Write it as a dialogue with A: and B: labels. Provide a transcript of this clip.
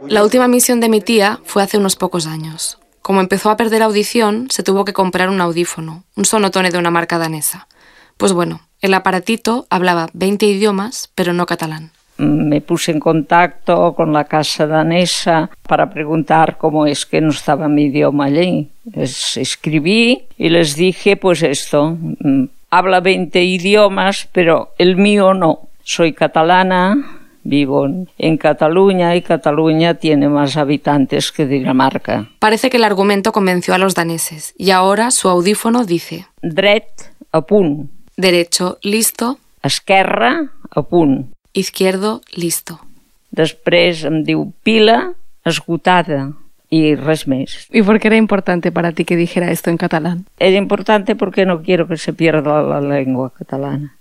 A: La última misión de mi tía fue hace unos pocos años. Como empezó a perder audición, se tuvo que comprar un audífono, un sonotone de una marca danesa. Pues bueno, el aparatito hablaba 20 idiomas, pero no catalán.
B: Me puse en contacto con la casa danesa para preguntar cómo es que no estaba mi idioma allí. Les escribí y les dije pues esto, mm, habla 20 idiomas, pero el mío no. Soy catalana, vivo en Cataluña y Cataluña tiene más habitantes que Dinamarca.
A: Parece que el argumento convenció a los daneses y ahora su audífono dice:
B: Dret a punt.
A: Derecho, listo.
B: Esquerra a punt.
A: Izquierdo, listo.
B: Després em diu pila esgotada y res més.
C: ¿Y por qué era importante para ti que dijera esto en catalán?
B: Era importante porque no quiero que se pierda la lengua catalana.